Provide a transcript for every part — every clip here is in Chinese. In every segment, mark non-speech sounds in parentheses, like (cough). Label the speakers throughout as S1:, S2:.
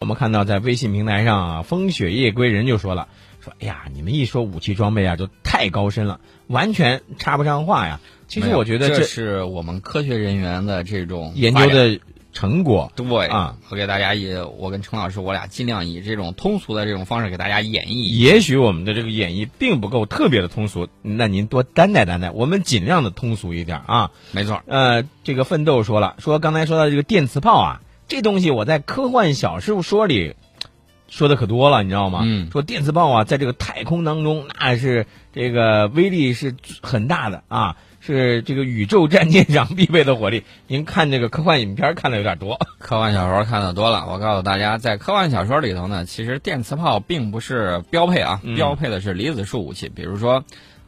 S1: 我们看到在微信平台上啊，风雪夜归人就说了，说哎呀，你们一说武器装备啊，就太高深了，完全插不上话呀。其
S2: 没
S1: 实
S2: 有
S1: 我觉得
S2: 这
S1: 这
S2: 是我们科学人员的这种
S1: 研
S2: 发
S1: 究
S2: 展
S1: 的成果，
S2: 对
S1: 啊，
S2: 我给大家也，我跟陈老师，我俩尽量以这种通俗的这种方式给大家演绎。
S1: 也许我们的这个演绎并不够特别的通俗，那您多担待担待，我们尽量的通俗一点啊。
S2: 没错，
S1: 呃，这个奋斗说了，说刚才说到这个电磁炮啊，这东西我在科幻小说里说的可多了，你知道吗？
S2: 嗯
S1: 说电磁炮啊，在这个太空当中，那是这个威力是很大的啊，是这个宇宙战舰上必备的火力。您看这个科幻影片看的有点多，
S2: 科幻小说看的多了，我告诉大家，在科幻小说里头呢，其实电磁炮并不是标配啊，
S1: 嗯
S2: 标配的是离子束武器，比如说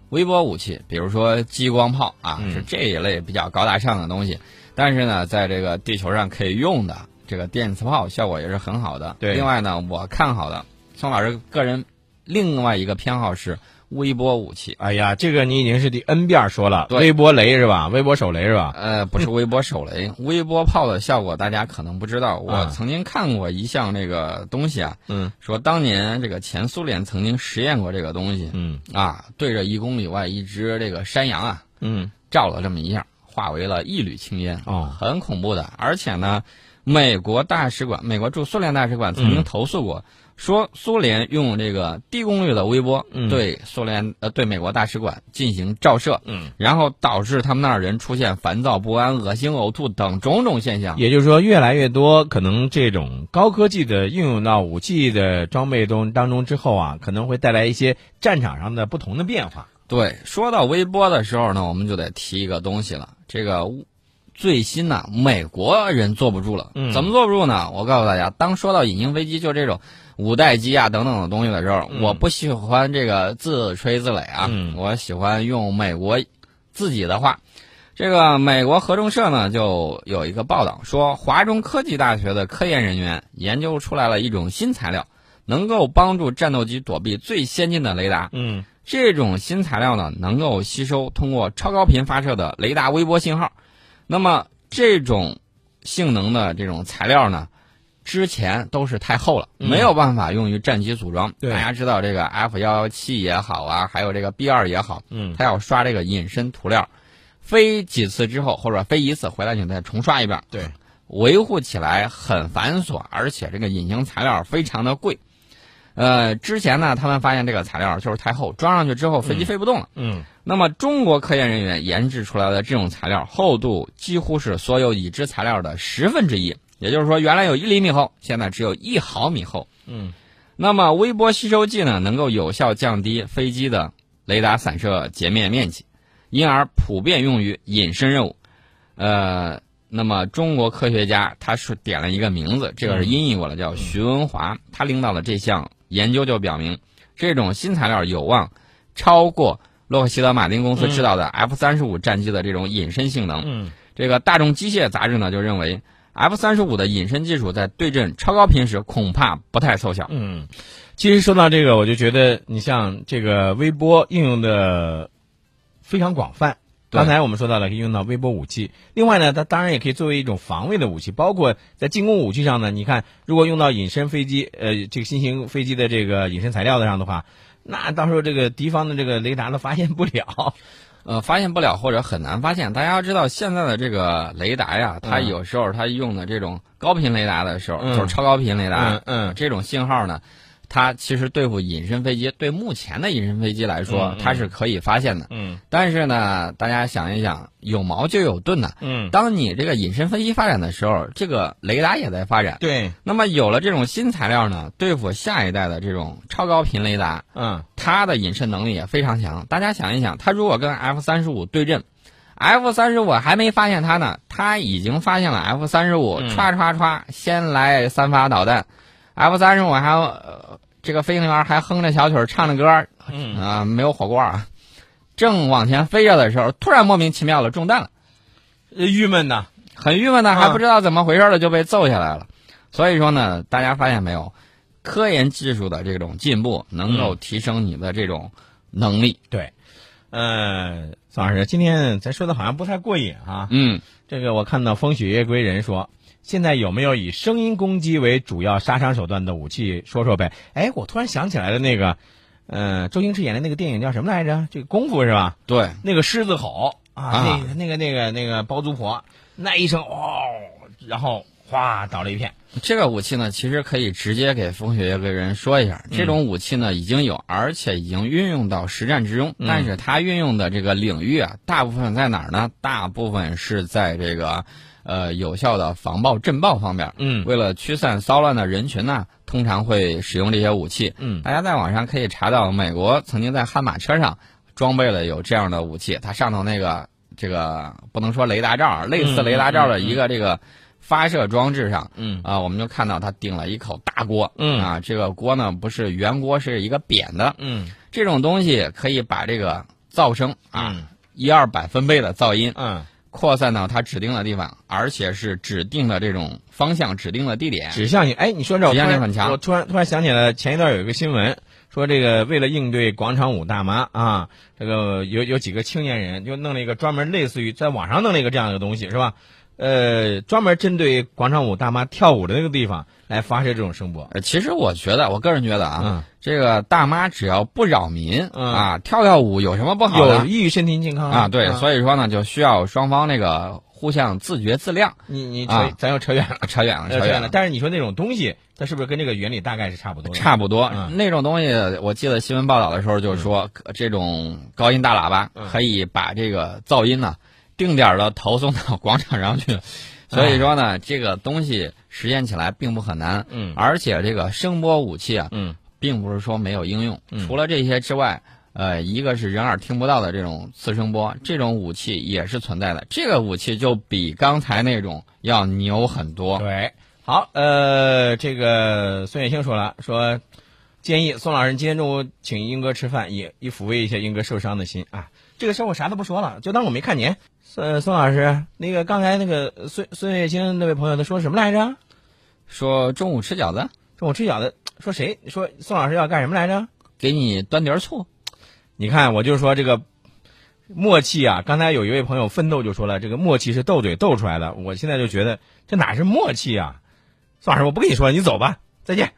S2: 微波武器，比如说激光炮啊，
S1: 嗯
S2: 是这一类比较高大上的东西。但是呢，在这个地球上可以用的这个电磁炮效果也是很好的。
S1: 对
S2: 另外呢，我看好的宋老师个人另外一个偏好是微波武器。
S1: 哎呀，这个你已经是第 N 遍说了，
S2: 对
S1: 微波雷是吧？微波手雷是吧？
S2: 呃，不是微波手
S1: (laughs)
S2: 雷，微波炮的效果大家可能不知道。我
S1: 啊
S2: 曾经看过一项这个东西啊，
S1: 嗯
S2: 说当年这个前苏联曾经实验过这个东西
S1: 嗯
S2: 啊，对着一公里外一只这个山羊啊，
S1: 嗯，
S2: 照了这么一下，化为了一缕青烟，
S1: 哦，
S2: 很恐怖的。而且呢，美国大使馆，美国驻苏联大使馆
S1: 嗯
S2: 曾经投诉过，说苏联用这个低功率的微波
S1: 嗯
S2: 对苏联呃对美国大使馆进行照射，
S1: 嗯，
S2: 然后导致他们那儿人出现烦躁不安、恶心、呕吐等种种现象。
S1: 也就是说，越来越多可能这种高科技的应用到武器的装备中当中之后啊，可能会带来一些战场上的不同的变化。
S2: 对，说到微波的时候呢，我们就得提一个东西了。这个最新呐、美国人坐不住了。
S1: 嗯
S2: 怎么坐不住呢？我告诉大家，当说到隐形飞机，就这种五代机啊等等的东西的时候，
S1: 嗯
S2: 我不喜欢这个自吹自擂啊，
S1: 嗯
S2: 我喜欢用美国自己的话。这个美国合众社呢，就有一个报道说，华中科技大学的科研人员研究出来了一种新材料，能够帮助战斗机躲避最先进的雷达。
S1: 嗯
S2: 这种新材料呢，能够吸收通过超高频发射的雷达微波信号。那么这种性能的这种材料呢，之前都是太厚了，
S1: 嗯
S2: 没有办法用于战机组装。
S1: 对
S2: 大家知道这个 F 幺幺七也好啊，还有这个 B 二也好，
S1: 嗯
S2: 它要刷这个隐身涂料，飞几次之后，或者飞一次回来你再重刷一遍，
S1: 对，
S2: 维护起来很繁琐，而且这个隐形材料非常的贵。呃，之前呢，他们发现这个材料就是太厚，装上去之后飞机飞不动了。
S1: 嗯
S2: 那么，中国科研人员研制出来的这种材料厚度几乎是所有已知材料的十分之一，也就是说，原来有一厘米厚，现在只有一毫米厚。
S1: 嗯
S2: 那么，微波吸收剂呢，能够有效降低飞机的雷达散射截面面积，因而普遍用于隐身任务。呃，那么中国科学家他是点了一个名字，这个是音译过来，叫徐文华。他领导的这项研究就表明，这种新材料有望超过洛克希德马丁公司制造的 F 三十五战机的这种隐身性能。
S1: 嗯
S2: 这个《大众机械》杂志呢就认为，F 三十五的隐身技术在对阵超高频时恐怕不太凑效。
S1: 嗯。其实说到这个，我就觉得你像这个微波应用的非常广泛。
S2: 对
S1: 刚才我们说到了可以用到微波武器，另外呢，它当然也可以作为一种防卫的武器，包括在进攻武器上呢，你看如果用到隐身飞机，呃，这个新型飞机的这个隐身材料的上的话，那到时候这个敌方的这个雷达都发现不 (laughs) 了。
S2: 呃，发现不了或者很难发现。大家要知道，现在的这个雷达呀，它
S1: 嗯
S2: 有时候它用的这种高频雷达的时候，
S1: 嗯
S2: 就是超高频雷达、
S1: 嗯嗯
S2: 这种信号呢，它其实对付隐身飞机，对目前的隐身飞机来
S1: 嗯
S2: 说，
S1: 嗯
S2: 它是可以发现的。
S1: 嗯
S2: 但是呢，大家想一想，有矛就有盾呐、
S1: 嗯，
S2: 当你这个隐身飞机发展的时候，这个雷达也在发展。
S1: 对，
S2: 那么有了这种新材料呢，对付下一代的这种超高频雷达，
S1: 嗯
S2: 它的隐身能力也非常强。大家想一想，它如果跟 F 三十五对阵，F 三十五还没发现它呢，它已经发现了 F 三十五，
S1: 嗯
S2: 歘歘歘，先来三发导弹，F 三十五还、呃、这个飞行员还哼着小曲儿唱着歌儿
S1: 嗯，
S2: 啊、没有火锅儿啊，正往前飞着的时候，突然莫名其妙的中弹了。
S1: 呃 (laughs) 郁闷呐。
S2: 很郁闷呢，
S1: 嗯
S2: 还不知道怎么回事了就被揍下来了。所以说呢，大家发现没有，科研技术的这种进步
S1: 嗯
S2: 能够提升你的这种能力。
S1: 对，呃，宋老师，今天咱说的好像不太过瘾啊。
S2: 嗯，
S1: 这个我看到风雪夜归人说，现在有没有以声音攻击为主要杀伤手段的武器？说说呗。哎，我突然想起来了，那个，呃，周星驰演的那个电影叫什么来着？这个功夫是吧？
S2: 对，
S1: 那个狮子吼啊
S2: 啊，
S1: 那那个那个那个包租婆，那一声哦，然后哗倒了一片。
S2: 这个武器呢，其实可以直接给风雪个人说一下，这种武器呢已经有，而且已经运用到实战之中。但是它运用的这个领域啊，大部分在哪儿呢？大部分是在这个，呃，有效的防暴镇暴方面。
S1: 嗯
S2: 为了驱散骚乱的人群呢、通常会使用这些武器。
S1: 嗯
S2: 大家在网上可以查到，美国曾经在悍马车上装备了有这样的武器，它上头那个这个不能说雷达罩，
S1: 嗯
S2: 类似雷达罩的一个这个发射装置上。
S1: 嗯
S2: 啊，我们就看到他顶了一口大锅，
S1: 嗯
S2: 啊，这个锅呢不是圆锅，是一个扁的，
S1: 嗯
S2: 这种东西可以把这个噪声啊一二百分贝的噪音
S1: 嗯，
S2: 扩散到它指定的地方，而且是指定的这种方向、指定的地点。
S1: 指向性。哎，你说这我突
S2: 指向性
S1: 然
S2: 很强
S1: 我突然突然想起来，前一段有一个新闻说，这个为了应对广场舞大妈啊，这个有有几个青年人就弄了一个专门类似于在网上弄了一个这样的东西，是吧？呃，专门针对广场舞大妈跳舞的那个地方来发射这种声波。
S2: 呃其实我觉得，我个人觉得啊，
S1: 嗯，
S2: 这个大妈只要不扰民、
S1: 嗯
S2: 啊，跳跳舞有什么不好
S1: 有嗯
S2: 的
S1: 益于身体健康
S2: 啊？对，
S1: 以
S2: 所以说呢，就需要双方那个互相自觉自量。
S1: 你你扯、
S2: 啊
S1: 咱又扯远了，
S2: 啊 (laughs) 扯远了，
S1: 呃
S2: 扯
S1: 扯
S2: 远
S1: 远
S2: 了
S1: 了。。但是你说那种东西，它是不是跟这个原理大概是差不多的？
S2: 差不多、
S1: 嗯
S2: 那种东西，我记得新闻报道的时候就说，呃这种高音大喇叭
S1: 嗯
S2: 可以把这个噪音呢、定点的投送到广场上
S1: (laughs)
S2: 去。所以说呢，这个东西实现起来并不很难，
S1: 嗯
S2: 而且这个声波武器啊，
S1: 嗯
S2: 并不是说没有应用。
S1: 嗯
S2: 除了这些之外，呃，一个是人耳听不到的这种次声波，这种武器也是存在的。这个武器就比刚才那种要牛很多。
S1: 对，好，呃，这个孙远星说了，说建议宋老师今天中午请英哥吃饭，也以抚慰一下英哥受伤的心啊。这个事儿我啥都不说了，就当我没看见。孙孙老师，那个刚才那个孙孙月星那位朋友他说什么来着？
S2: 说中午吃饺子，
S1: 说我吃饺子，说谁？说宋老师要干什么来着？
S2: 给你端碟儿醋。
S1: 你看，我就说这个默契啊，刚才有一位朋友奋斗就说了，这个默契是斗嘴斗出来的。我现在就觉得这哪是默契啊？宋老师，我不跟你说了，你走吧，再见。